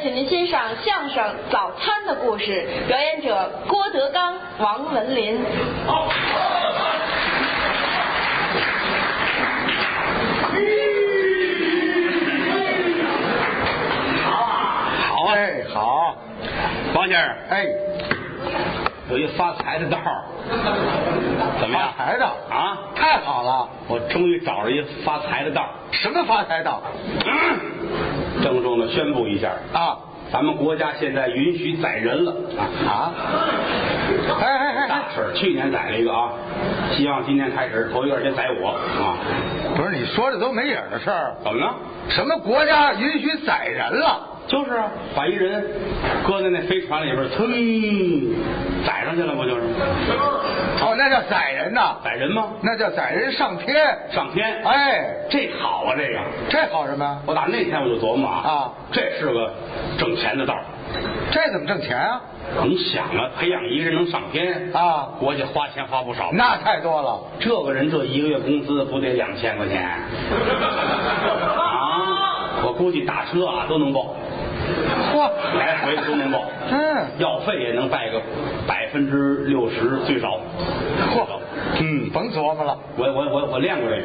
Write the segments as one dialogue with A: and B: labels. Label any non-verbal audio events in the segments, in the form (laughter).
A: 请您欣赏相声《早餐》的故事，表演者郭德纲、王文林。
B: 好啊，好啊，
C: 哎，好，王先生
B: 哎，
C: 有一发财的道儿，怎么样
B: 发？财的
C: 啊
B: 太好了！
C: 我终于找着一发财的道儿。
B: 什么发财道
C: 嗯郑重的宣布一下，
B: 啊？
C: 咱们国家现在允许宰人了
B: 啊！哎哎哎
C: 大
B: 哎，
C: 事儿，去年宰了一个啊，希望今天开始头一段先宰我啊！
B: 不是你说的都没影儿的事儿，
C: 怎么了？
B: 什么国家允许宰人了？
C: 就是啊，把一人搁在那飞船里边儿，噌，宰上去了，不就是
B: 哦，那叫宰人呐，
C: 宰人吗？
B: 那叫宰人上天。
C: 上天，，
B: 哎，
C: 这好啊，这个。
B: 这好什么呀？
C: 我打那天我就琢磨啊，
B: 啊
C: 这是个挣钱的道儿。
B: 这怎么挣钱啊？
C: 你想啊，培养一个人能上天，
B: 啊，
C: 国家花钱花不少。
B: 那太多了。
C: 这个人这一个月工资不得两千块
B: (laughs)
C: 钱啊？我估计打车啊都能够，
B: 嚯，
C: 来回都能
B: (laughs)
C: 够，
B: 嗯
C: 药费也能带个百分之六十最少。
B: 嚯，嗯，甭琢磨了，啊
C: 我我我我练过这个，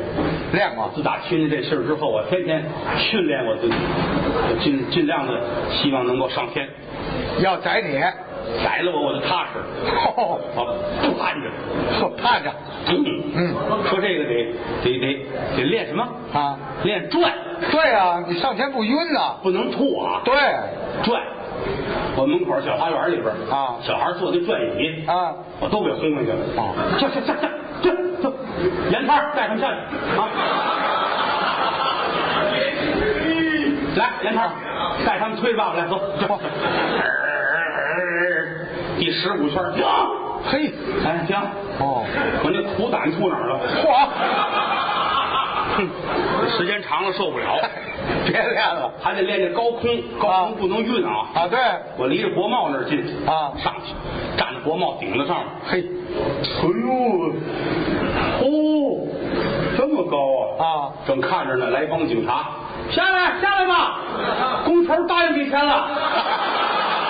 B: 练过
C: 自打听见这事儿之后，我天天训练我自己，我尽尽量的希望能够上天。
B: 要宰你， (laughs)
C: 宰了我我就踏实，
B: 哦，
C: 我不攀着。
B: 呵盼着
C: 嗯
B: 嗯，
C: 说这个得得得得练什么？
B: 啊。
C: 练转，
B: 对啊，你上天不晕呐、
C: 不能吐啊。
B: 对，
C: 转。我门口小花园里边
B: 啊
C: 小孩坐的转椅
B: 啊，
C: 我都给轰回去了。
B: 哦
C: 下下下下，这这，严胖带他们下去啊！来，严胖，带他们推着爸爸来，走。
B: 哇
C: 第十五圈，停！
B: 嘿，
C: 哎，停！
B: 哦，
C: 我那苦胆吐哪儿了？
B: 嚯，
C: 时间长了受不了，
B: 别练了
C: 还得练练高空，高空不能晕啊！
B: 啊！对，
C: 我离着国贸那儿近
B: 啊
C: 上去站在国贸顶子上面，
B: 嘿，
C: 哎呦，哦，这么高啊！
B: 啊
C: 正看着呢，来一帮警察，下来下来吧， (laughs) 工头答应给钱了。 (laughs)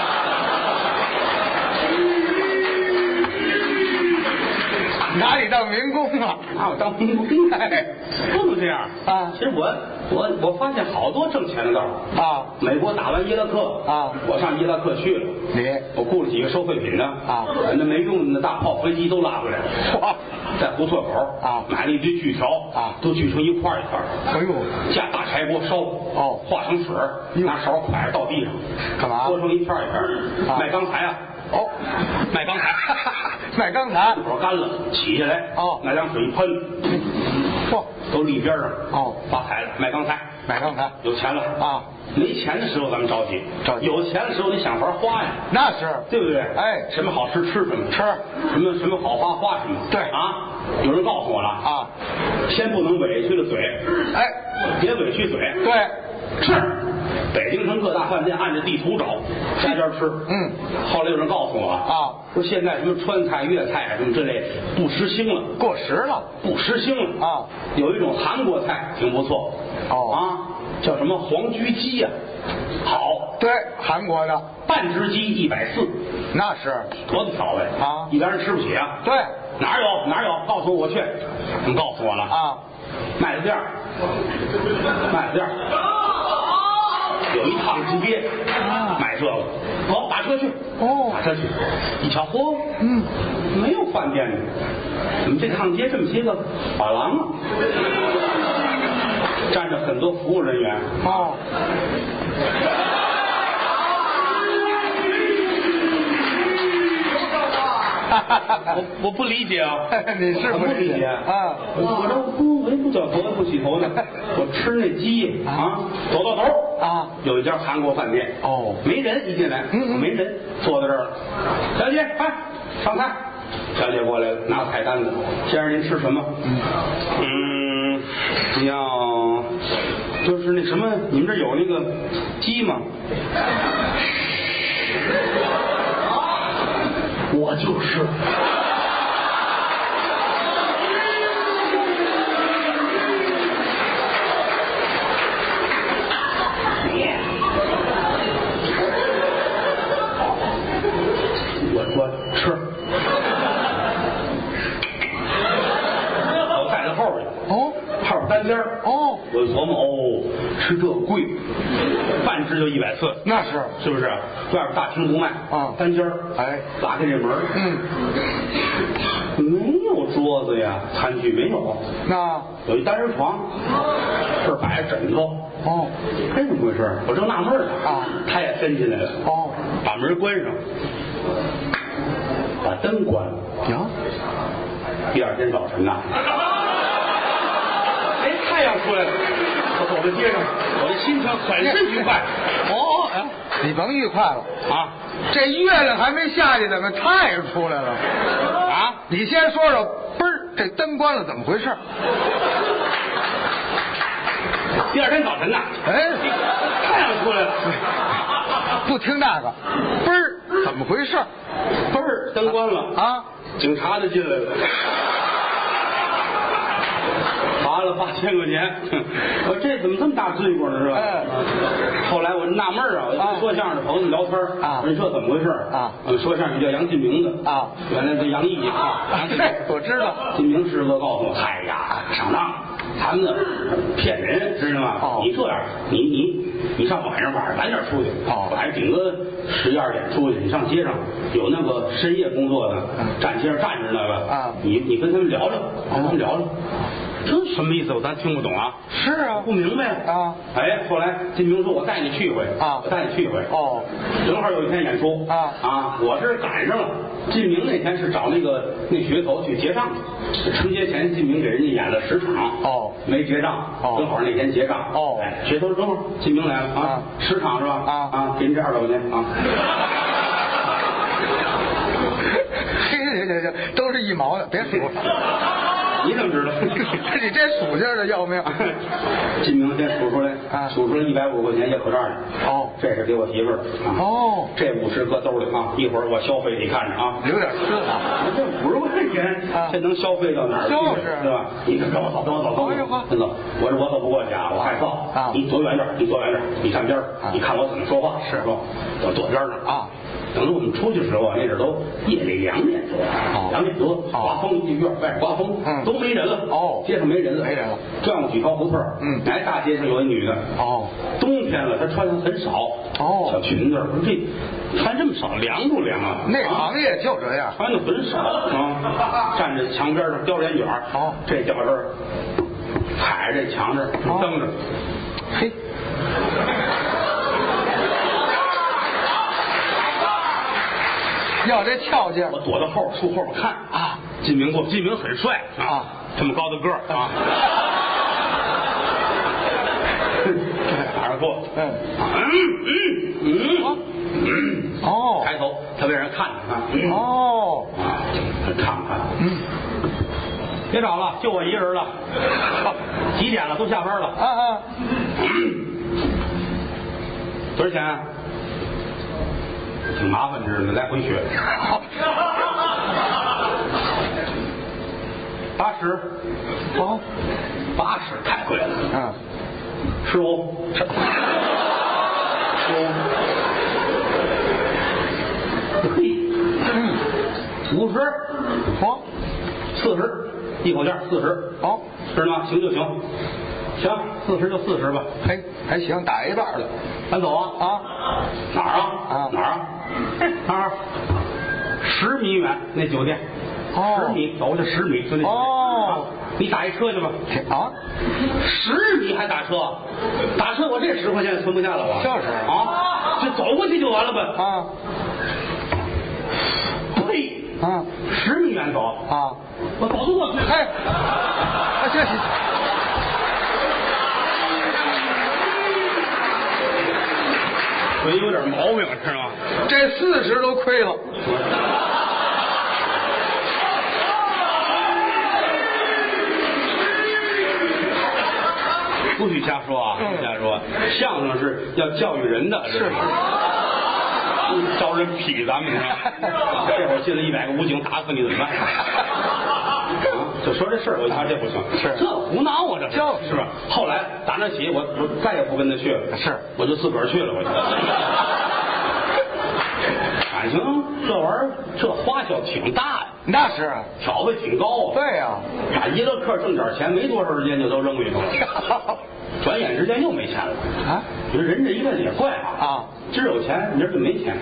B: 拿你当民工啊！
C: 拿我当民工哎， (laughs) 不能这样
B: 啊
C: 其实我我我发现好多挣钱的道儿
B: 啊，
C: 美国打完伊拉克
B: 啊
C: 我上伊拉克去了，
B: 你
C: 我雇了几个收废品呢
B: 啊
C: 那没用的那大炮、飞机都拉 (laughs) 回来了。
B: 嚯，
C: 在胡同口
B: 啊
C: 买了一堆锯条
B: 啊
C: 都锯成一块儿一块儿的，
B: 哎呦，
C: 架大柴锅烧，
B: 哦
C: 化成水儿，
B: 哟
C: 拿勺蒯着倒地上，
B: 干嘛
C: 搓成一片儿一片儿的，
B: 啊
C: 卖钢材啊，
B: 哦，
C: 卖钢材， (laughs)
B: 卖钢材，
C: 火干了，起下来，
B: 哦
C: 拿凉水一喷，
B: 嚯，
C: 都立边儿上，
B: 哦
C: 发财了，卖钢材，
B: 买钢材
C: 有钱了
B: 啊！
C: 没钱的时候咱们着急，
B: 着急
C: 有钱的时候得想法花呀，
B: 那是
C: 对不对？
B: 哎
C: 什么好吃吃什么，
B: 吃
C: 什么什么好花花什么，
B: 对
C: 啊，有人告诉我了啊
B: 啊，
C: 先不能委屈了嘴，
B: 哎，
C: 别委屈嘴。
B: 对，
C: 是，北京城各大饭店按着地图找，家家吃。
B: 嗯，
C: 后来有人告诉我
B: 啊，
C: 说现在什么川菜、粤菜啊什么之类不时兴了，
B: 过时了
C: 不时兴了
B: 啊。
C: 有一种韩国菜挺不错，
B: 哦
C: 啊，叫什么黄焗鸡呀、好，
B: 对，韩国的
C: 半只鸡一百四，
B: 那是
C: 多大挑呗
B: 啊
C: 一般人吃不起啊。
B: 对
C: 哪儿有哪儿有？告诉我，我去。你告诉我了
B: 啊，
C: 麦子店儿，麦子店
B: 哦
C: 儿有一趟猪鳖，
B: 啊
C: 买这个，好打车去，
B: 哦
C: 打车去，一瞧，嚯，
B: 嗯，
C: 没有饭店呢，怎么这趟街这么些个法郎啊？站着很多服务人
B: (laughs)
C: 员，
B: 哦，哈哈哈哈
C: 我我不理解啊
B: 你 (laughs) 是
C: 我
B: 不
C: 不
B: 理
C: 理
B: 解
C: 解
B: 啊
C: 我这不为不脚头也不洗头
B: (laughs)
C: 呢，我吃那鸡啊，走到头
B: 啊
C: 有一家韩国饭店
B: 哦
C: 没人一进来，
B: 嗯嗯
C: 没人坐在这儿了，小姐，快上菜。小姐过来了，拿菜单子，先生您吃什么？嗯，要就是那什么，你们这有那个鸡吗？ (laughs) 我就是。 (laughs) 单间儿
B: 哦
C: 我就琢磨哦，吃这贵，半只就一百四，
B: 那是
C: 是不是？外边大厅不卖
B: 啊
C: 单间儿
B: 哎
C: 打开这门儿，
B: 嗯，
C: 没有桌子呀，餐具没有，
B: 那
C: 有一单人床，这儿摆着枕头，
B: 哦
C: 这怎么回事？我正纳闷儿呢
B: 啊
C: 他也伸进来了，
B: 哦
C: 把门关上，把灯关了。
B: 呀，
C: 第二天早晨
B: (laughs)
C: 呐、哎，太阳出来了，我走在街上，我的心情很是愉快
B: 哦哎，你甭愉快了，
C: 啊
B: 这月亮还没下去，怎么太阳出来了？
C: 啊！
B: 你先说说，嘣儿，这灯关了，怎么回事？
C: 第二天早晨呐、
B: 哎，
C: 太阳出来了，
B: 不听那个，嘣儿，怎么回事？
C: 嘣儿，灯关了，
B: 啊，
C: 警察就进来了。罚了八千块钱，哼我说这怎么这么大罪过呢？是吧？
B: 哎
C: 后来我纳闷儿啊，我
B: 啊
C: 跟说相声的朋友们聊天儿
B: 啊
C: 我说你这怎么回事
B: 啊？
C: 嗯说相声叫杨进明的
B: 啊，
C: 原来叫杨毅啊，杨进明
B: 嘿 (laughs) 我知道
C: 金明师傅告诉我，哎呀，上当，他们骗人，知道吗？
B: 哦
C: 你这样，你你你上晚上晚上晚点出去，
B: 哦
C: 晚上顶个十一二点出去，你上街上有那个深夜工作的，站街上站着那个，
B: 嗯啊哦
C: 你你跟他们聊聊，跟他们聊聊，这什么意思？我咱听不懂啊。
B: 是啊
C: 不，明白
B: 啊！
C: 哎，后来金明说：“我带你去一回
B: 啊
C: 我带你去一回。”
B: 哦，
C: 正好有一天演出
B: 啊
C: 啊，我是赶上了。金明那天是找那个那学头去结账去，春节前金明给人家演了十场
B: 哦
C: 没结账
B: 哦
C: 正好那天结账
B: 哦
C: 哎，学头说等会儿金明来了啊
B: 啊，
C: 十场是吧？
B: 啊
C: 啊，给您这二百块钱啊，
B: (laughs) 行行行行，都是一毛的，别数了，
C: 你怎么 (laughs) 知道？
B: 你这数劲儿的要命。
C: 金明先数出来
B: 啊
C: 数出来一百五块钱要口罩里
B: 哦
C: 这是给我媳妇儿啊
B: 哦，
C: 这五十搁兜里啊，一会儿我消费你看着啊。
B: 留点思考。
C: 这五十块钱
B: 啊，
C: 这能消费到哪儿去？
B: 就是
C: 对吧？你跟我走，跟我走，跟我
B: 哎呦呵
C: 走，跟走。我说我走不过去啊，我害臊
B: 啊
C: 你躲远点儿，你躲远点儿，你站边儿
B: 啊，
C: 你看我怎么说话。
B: 是
C: 是吧？我躲边儿呢
B: 啊。
C: 等着我们出去时候啊，那阵儿都夜里两点多
B: 哦，
C: 两点多，刮风，一院外边刮风，
B: 嗯
C: 都没人了。
B: 哦
C: 街上没人了，
B: 没人了。
C: 转过几条胡同儿，
B: 嗯
C: 哎，大街上有一女的，
B: 哦，
C: 冬天了，她穿的很少，
B: 哦
C: 小裙子儿，我说这穿这么少，凉不凉啊？
B: 那
C: 啊
B: 行业就这样。
C: 穿的很少啊，站在墙边上叼着烟卷儿
B: 哦
C: 这脚这儿踩着这墙这儿
B: 哦
C: 蹬着，
B: 嘿，要这翘劲儿
C: 我躲到后边树后边看
B: 啊！
C: 金明过，金明很帅
B: 啊，
C: 这么高的个儿啊， (laughs) 打上过，
B: 嗯
C: 嗯嗯嗯
B: 哦
C: 抬头，他被人看了看，嗯
B: 哦，
C: 啊，看看，
B: 嗯，
C: 别找了，就我一个人了，几点了？都下班了
B: 啊。啊，
C: 多少钱啊？挺麻烦，知道吗？来回 (laughs) 学。八十，
B: 哦，
C: 八十太贵了。
B: 嗯，
C: 十五，十五。嘿，五十，
B: 哦，
C: 四十，一口价四十，
B: 哦，
C: 知道吗？行就行，行，四十就四十吧，
B: 嘿，还行，打一半了
C: 咱走啊
B: 啊。
C: 哪儿啊？
B: 啊嗯
C: 哪儿啊？哪儿啊？十米远那酒店，
B: 哦
C: 十米走就十米，就那酒店
B: 哦
C: 啊你打一车去吧，
B: 这啊，
C: 十米还打车？打车我这十块钱存不下了，我
B: 就是
C: 啊，就走过去就完了呗。
B: 啊
C: 嘿，
B: 啊
C: 十米远走，
B: 啊，
C: 我走得过去。
B: 嘿，哎啊这是
C: 我有点毛病，知道吗？
B: 这四十都亏了，
C: (laughs) 不许瞎说啊！不许瞎说，相声是要教育人的，
B: 嗯是
C: 这招人痞，咱们是吧？
B: (laughs)
C: 这会儿进来一百个武警，打死你怎么办？啊就说这事儿，我一瞧这不行，
B: 是
C: 这胡闹啊，这
B: 就是
C: 是吧？后来打那起，我我再也不跟他去了，
B: 是
C: (laughs) 我就自个儿去了，我就。感情这玩意儿这花销挺大呀，
B: 那是啊，
C: 挑费挺高啊。
B: 对呀、
C: 打一个客挣点钱，没多长时间就都扔里头了，转眼之间又没钱了。
B: (laughs) 啊，
C: 你说人这一阵也怪啊
B: 啊！
C: 今儿有钱，明儿就没钱，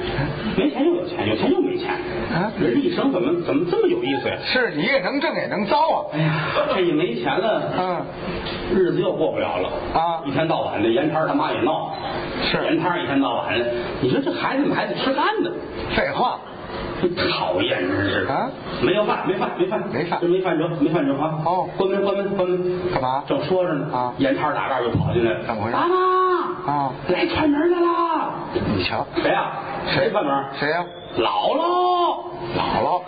C: 没钱又有钱，有钱又没钱。
B: 啊
C: 人一生怎么怎么这么有意思呀？
B: 是你也能挣也能糟啊，
C: 哎呀，这一没钱了，
B: 嗯，
C: 日子又过不了了
B: 啊
C: 一天到晚的盐摊儿他妈也闹，
B: 是
C: 盐摊儿一天到晚，你说这孩子们还得吃饭呢，
B: 废话，
C: 讨厌真是
B: 啊！
C: 没有饭，没饭，没饭，
B: 没饭
C: 这没饭辙，没饭辙啊！
B: 哦
C: 关门，关门，关门，
B: 干嘛
C: 正说着呢
B: 啊
C: 盐摊儿大盖就跑进来了，
B: 怎么回事
C: 妈妈
B: 啊
C: 来串门的啦！
B: 你瞧，
C: 谁呀？谁串门？
B: 谁呀、
C: 姥姥，
B: 姥姥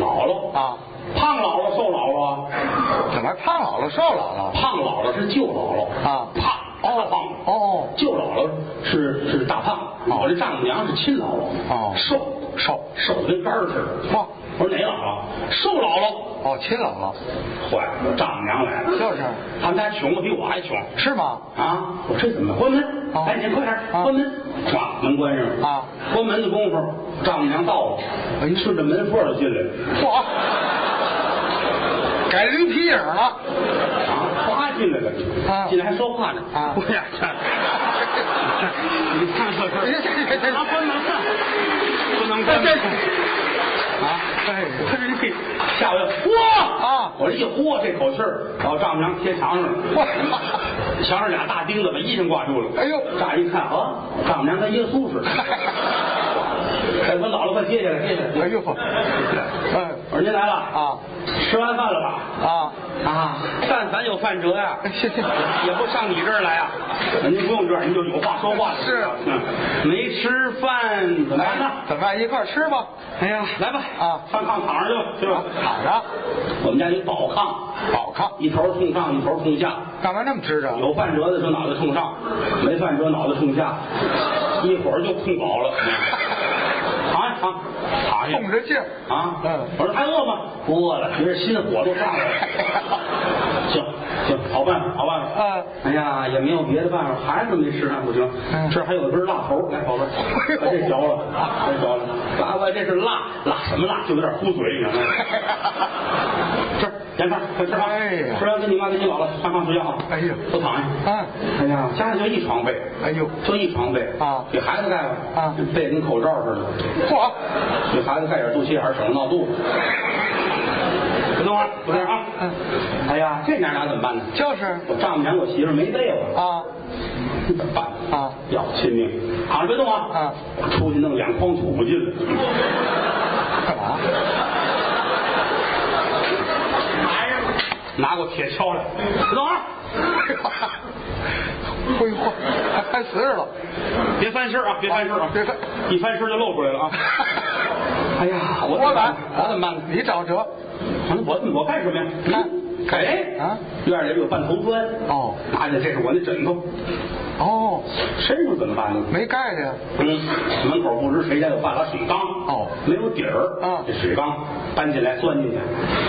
C: 姥姥，
B: 啊，
C: 胖姥姥，瘦姥姥啊。
B: 怎么胖姥姥瘦姥姥？
C: 胖姥姥是舅姥姥
B: 啊
C: 胖啊哦胖
B: 哦哦
C: 舅姥姥是是大胖，哦我这丈母娘是亲姥姥
B: 哦
C: 瘦
B: 瘦
C: 瘦的跟杆儿似的。
B: 嚯
C: 我说哪姥姥？瘦姥姥。
B: 哦，亲姥姥
C: 坏了，丈母娘来了，
B: 就是
C: 他们家穷的比我还穷
B: 是吗？
C: 啊！我这怎么办关门？
B: 哦
C: 赶紧快点
B: 啊
C: 关门！唰，门关上了
B: 啊！
C: 关门的功夫，丈母娘到了，
B: 哎
C: 顺着门缝儿就进来了。
B: 嚯，改驴皮影了，
C: 啊，哗进来了，
B: 啊
C: 进来还说话呢
B: 啊
C: 我呀，这你看这事
B: 这这这这
C: 啊，关门了，不能
B: 这
C: 关门
B: 这
C: 啊！
B: 哎
C: 我这这吓我一跳，嚯
B: 啊
C: 我这一嚯这口气儿，然后丈母娘贴墙上了，墙上俩大钉子把衣裳挂住了。
B: 哎呦
C: 乍一看啊，丈母娘跟耶稣似的。哎，我姥姥快歇下来，歇下来。
B: 哎呦， (laughs) 嗯
C: 我说您来了
B: 啊，
C: 吃完饭了吧？
B: 啊，
C: 啊，但凡有饭辙呀、
B: 谢谢。
C: 也不上你这儿来啊！您不用这样，您就有话说话了。
B: 是
C: 嗯，没吃饭怎么办呢？
B: 怎么办？一块儿吃吧。
C: 哎呀，来吧
B: 啊
C: 上炕躺着去吧，去吧。
B: 躺着，
C: 我们家有宝炕，
B: 保炕。
C: 一头冲上，一头冲下。
B: 干嘛那么支着？
C: 有饭辙的时候脑袋冲上，没饭辙脑袋冲下，一会儿就空饱了。躺下，躺，躺下。
B: 冲着劲儿
C: 啊，
B: 嗯
C: 我说还饿吗？不饿了，你这心火都上来了。 (laughs) 行行，好办法，好办法。
B: 嗯
C: 哎呀，也没有别的办法，还是没吃上不行。
B: 嗯哎
C: 这儿还有一根辣头，来，宝贝儿，把这嚼了，啊这嚼了，爸爸这是辣，辣什么辣？就有点糊嘴，你知道吗？
B: (laughs)
C: 吃，盐饭，快吃饭。
B: 哎呀
C: 吃完跟你妈跟你姥姥上炕睡觉啊。
B: 哎呀
C: 都躺下。
B: 啊，
C: 哎呀，家里就一床被，
B: 哎呦，
C: 就一床被
B: 啊
C: 给孩子盖吧
B: 啊
C: 被跟口罩似的。
B: 嚯，
C: 给孩子盖点肚脐眼儿，省着闹肚子。等会儿，我这儿啊。
B: 嗯
C: 哎呀，这娘俩怎么办呢？
B: 就是
C: 我丈母娘，我媳妇儿没对我，
B: 啊，
C: 怎么办？
B: 啊，
C: 要亲命！躺着别动啊！
B: 啊，
C: 我出去弄两筐土进来，
B: 干嘛？ (laughs)
C: 拿过铁锹来。啊等会儿，
B: 挥霍，哎还拍瓷实了。
C: 别翻身啊！别翻身啊！
B: 别翻，
C: 一翻身就露出来了
B: (laughs)
C: 啊！哎呀，我
B: 老板，
C: 我怎么办呢？
B: 你找辙。
C: 我我我干什么呀？你
B: 干
C: 哎
B: 嗯啊！
C: 院里有半头砖
B: 哦
C: 拿着这是我的枕头，
B: 哦，
C: 身上怎么办呢？
B: 没盖的呀。
C: 嗯，门口不知谁家有半拉水缸，
B: 哦
C: 没有底儿，
B: 啊
C: 这水缸搬进来钻进去，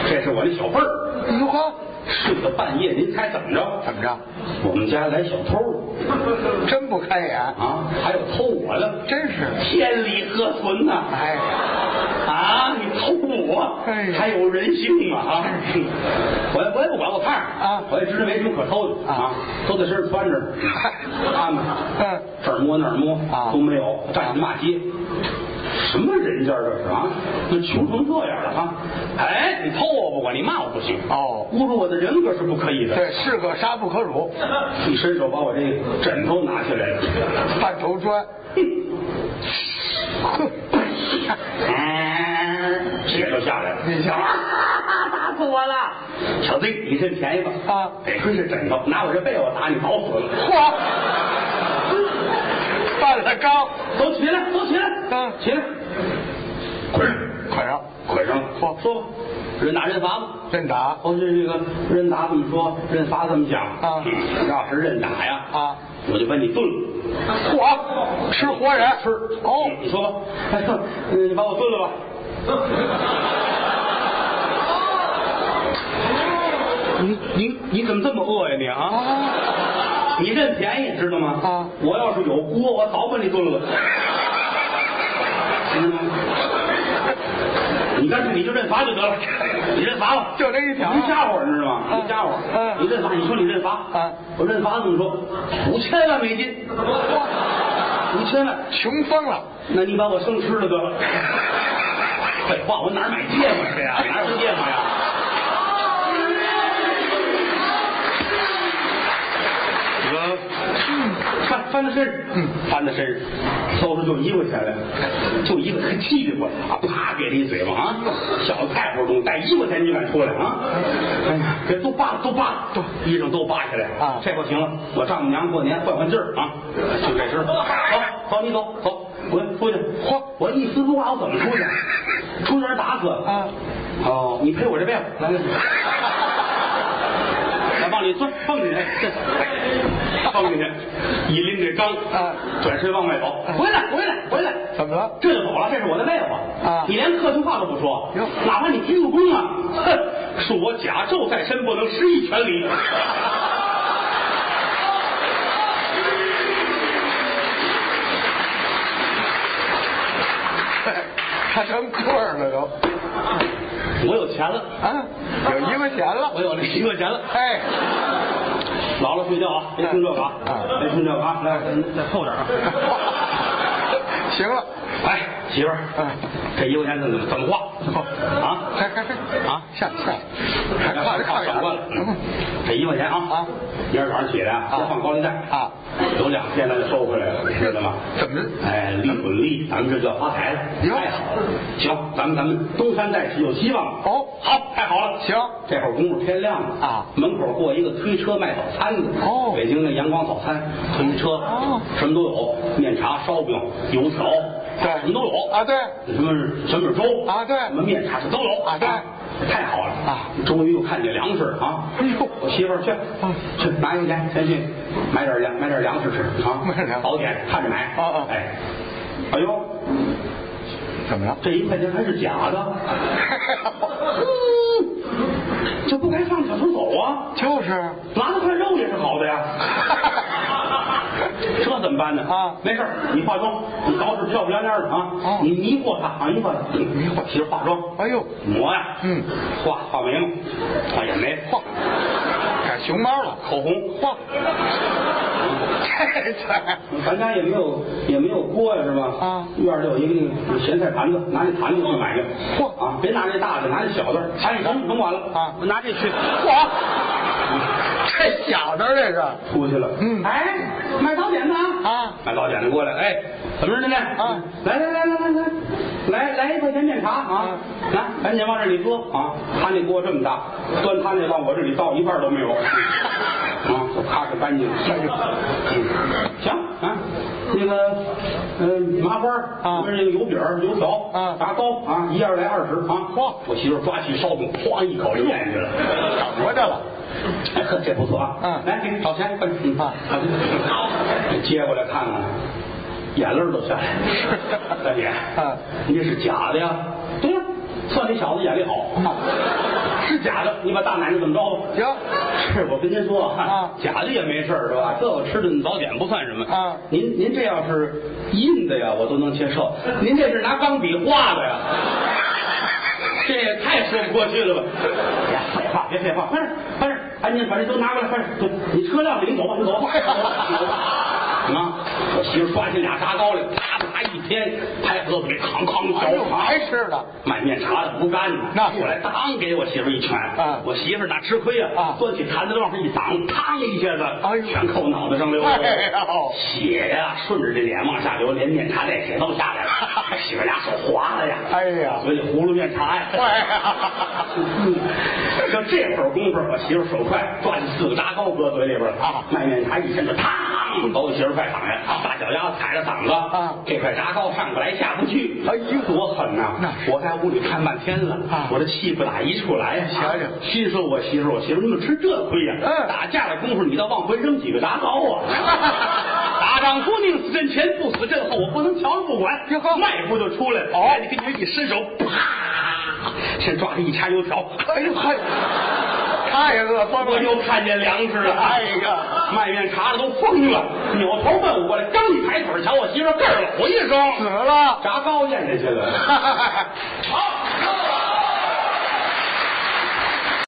C: 这是我的小被儿。
B: 哎呦呵，
C: 睡到半夜，您猜怎么着？
B: 怎么着？
C: 我们家来小偷了
B: 真不开眼，
C: 啊，还有偷我的，
B: 真是。
C: 天理何存呐、啊？
B: 哎，
C: 你偷我，
B: 哎呀哎
C: 还有人性吗？啊，我也我也不管，我看着
B: 啊
C: 我也知道没什么可偷的
B: 啊
C: 啊，都在身上穿着呢，安排，
B: 嗯，
C: 这儿摸那儿摸
B: 啊
C: 都没有，站着骂街，什么人家这是啊？那穷成这样了啊！哎，你偷我不管，你骂我不行
B: 哦
C: 侮辱我的人格是不可以的。 (laughs)
B: 对，是个杀不可辱，
C: 一伸手把我这枕头拿起来了， (laughs)
B: 半头砖。哼，
C: 血嗯就下来了。
B: 你想
C: 打死我了！小子，你趁便宜吧！
B: 啊
C: 得亏是枕头，拿我这被我打你，早死了。
B: 嚯，犯了刚，
C: 都起来，都起来，
B: 嗯
C: 起来，捆上，
B: 快让
C: 捆上了。
B: 嚯
C: 说吧，人打人罚吧。
B: 真打
C: 哦，这这个人打怎么说，人罚怎么讲
B: 啊
C: 嗯要是认打呀，
B: 啊！
C: 我就把你炖了。
B: 嚯，吃活人吃哦，
C: 你说吧， (laughs) 哎，嗯你把我炖了吧。你你你怎么这么饿呀你啊？
B: 啊，
C: 你认便宜知道吗？
B: 啊
C: 我要是有锅，我早把你炖了，知道吗？你干脆你就认罚就得了，你认罚吧，
B: 就这一条啊
C: 你家伙你知道吗？
B: 嗯
C: 你家伙，
B: 嗯
C: 你认罚，你说你认罚，
B: 嗯
C: 我认罚怎么说？五千万美金，五千万，
B: 穷疯了，
C: 那你把我生吃了得了。废话，我哪儿买芥末去 (laughs) 呀？哪儿有芥末呀？这个嗯翻翻到身上，
B: 嗯
C: 翻到身上，搜出就一块钱来，就一个，可气得我啊！啪，给了一嘴巴啊！小子太不容易，带一块钱你敢出来啊？哎呀，给都扒了，都扒了，都衣裳都扒下来
B: 啊
C: 这回行了，我丈母娘过年换换劲儿啊，就这身儿，走走，你走走，我出去，嚯，我一丝不挂，我怎么出去？出去让人打死
B: 啊！
C: 哦，你赔我这病，来来。来，往里钻，蹦进去，蹦进去，一拎这缸，
B: 啊
C: 转身往外走，回来，回来，回来，
B: 怎么了？
C: 这就走了，这是我的妹夫
B: 啊
C: 你连客气话都不说
B: 哟，
C: 哪怕你鞠个躬啊，哼，恕我甲胄在身，不能失一拳礼。
B: 他成棍儿了都
C: 我有钱了，
B: 啊，有一块钱了，
C: 我有那一块钱了，
B: 哎，
C: 姥姥睡觉啊，别听这个啊
B: 啊，
C: 别听这个啊，来，
B: 哎
C: 再凑点啊。
B: 行了，
C: (laughs) 哎，媳妇儿，
B: 嗯
C: 这一块钱怎么怎么
B: 哦
C: 花啊？
B: 还还还
C: 啊
B: 下下，还跨着
C: 看
B: 炕眼
C: 上惯了，
B: 嗯
C: 这一块钱啊
B: 啊，
C: 明儿早上起来啊，
B: 啊
C: 先放高利贷
B: 啊，
C: 有两天咱就收回来了，知道吗？
B: 怎么
C: 哎，利滚利，咱们这就要发财了。
B: 哟
C: 太好了，行，咱们咱们东山再起有希望了。
B: 哦
C: 好，太好了，
B: 行
C: 这会儿功夫天亮了
B: 啊
C: 门口过一个推车卖早餐的。
B: 哦
C: 北京的阳光早餐推车，
B: 哦，
C: 什么都有，面茶、烧饼、油条，
B: 对
C: 什么都有
B: 啊，对，
C: 什么什么粥
B: 啊对
C: 什么面茶这都有
B: 啊对
C: 太好了
B: 啊！
C: 终于又看见粮食了啊！
B: 哎呦啊
C: 我媳妇儿去去拿一块钱，先去买点粮买点粮食吃啊！
B: 买点粮
C: 早点看着买
B: 啊啊
C: 哎，哎呦，
B: 怎么了？
C: 这一块钱还是假
B: (laughs)
C: 的，嗯这不该放小偷走啊！
B: 就是
C: 拿了块肉也是好的呀。这怎么办呢？
B: 啊
C: 没事儿，你化妆，你捯饬漂漂亮亮的啊，
B: 哦
C: 你迷惑他啊，迷惑他，迷惑，其实化妆，
B: 哎呦
C: 抹呀，
B: 嗯，
C: 画画眉毛，哎画眼眉，
B: 嚯，改熊猫了，
C: 口红，
B: (laughs) 嚯，这才
C: 咱家也没有也没有锅呀，是吧？
B: 啊
C: 院儿里有一个那个咸菜盘子，拿那盘子去买去。
B: 嚯
C: 啊，别拿这大的，拿这小的。哎，甭甭管了
B: 啊
C: 我拿这去。
B: 嚯，这小子儿这是。
C: 出去了。
B: 嗯
C: 哎，买早点的啊！
B: 啊
C: 买早点的过来，哎，怎么着呢？
B: 啊，
C: 来来来来来来，来来一块钱面茶啊！来，赶紧往这里搁啊！他那锅这么大，端他那往我这里倒一半都没 (laughs) 有。啊，就咔嚓干净了，嗯行啊，那个，呃，麻花儿
B: 啊
C: 那个油饼儿、油条
B: 啊
C: 炸糕啊，一样来二十啊。
B: 嚯
C: 我媳妇儿抓起烧饼，咵一口就咽下去 (laughs) 了，
B: 掌握着了。
C: 哎呵，这不错啊！
B: 嗯
C: 来，给你找钱，快点
B: 啊
C: 找钱接过来看看，眼泪儿都下来了。大姐，
B: 嗯
C: 你这是假的呀？对呀，算你小子眼力好，
B: 嗯
C: 是假的。你把大奶奶怎么着吧？
B: 行，
C: 是 (laughs) 我跟您说
B: 啊
C: 假的也没事儿是吧？这我吃顿早点不算什么
B: 啊
C: 您您这要是印的呀，我都能接受。您这是拿钢笔画 (laughs) 的呀，这也太说不过去了吧？哎呀，废话，别废话，快点，快点，赶哎紧把这都拿过来，快点，走你车辆里，你走吧，你走吧，走吧走吧。 (laughs) 啊！我媳妇抓起俩炸糕来，啪啪一天，拍盒子里哐哐
B: 哎呦
C: 嚼，啊
B: 还吃呢？
C: 卖面茶的不干呢，
B: 那是
C: 过来当给我媳妇一拳，
B: 啊
C: 我媳妇哪吃亏呀、
B: 啊
C: 端起坛子往上一挡，嘡一下子，
B: 哎呦
C: 全扣脑袋上溜了，
B: 哎呦
C: 血呀、顺着这脸往下流，连面茶带血都下来
B: (laughs)
C: 了，媳妇俩手滑了呀，
B: 哎呀
C: 所以葫芦面茶呀，
B: 哎呀
C: 嗯 (laughs) 就这会儿功夫，我媳妇手快，抓起四个炸糕搁嘴里边了
B: 啊
C: 卖面茶一伸就嘡，把我媳妇踹躺下，大脚丫子踩着嗓子，
B: 啊
C: 这块炸糕上不来下不去，
B: 哎呦
C: 多狠呐、
B: 那是
C: 我在屋里看半天了，
B: 啊
C: 我这气不打一处来呀、
B: 瞧瞧
C: 心说我媳妇儿，我媳妇儿你怎么吃这亏呀、
B: 嗯
C: 打架的功夫你倒往回扔几个铡刀啊！
B: (laughs)
C: 打丈夫宁死阵前，不死阵后，我不能瞧着不管
B: 哟呵，
C: 迈步就出来了。
B: 哦
C: 来你跟前一伸手，啪，先抓着一掐油条，
B: 哎呦嘿，太饿疯
C: 我
B: 了。
C: 又看见粮食了。
B: 哎呀，
C: 卖面茶的都疯了，扭头奔我过来，刚一抬腿，瞧我媳妇儿咯儿了，我一声
B: 死了。 (laughs)
C: 炸糕咽下去了。好。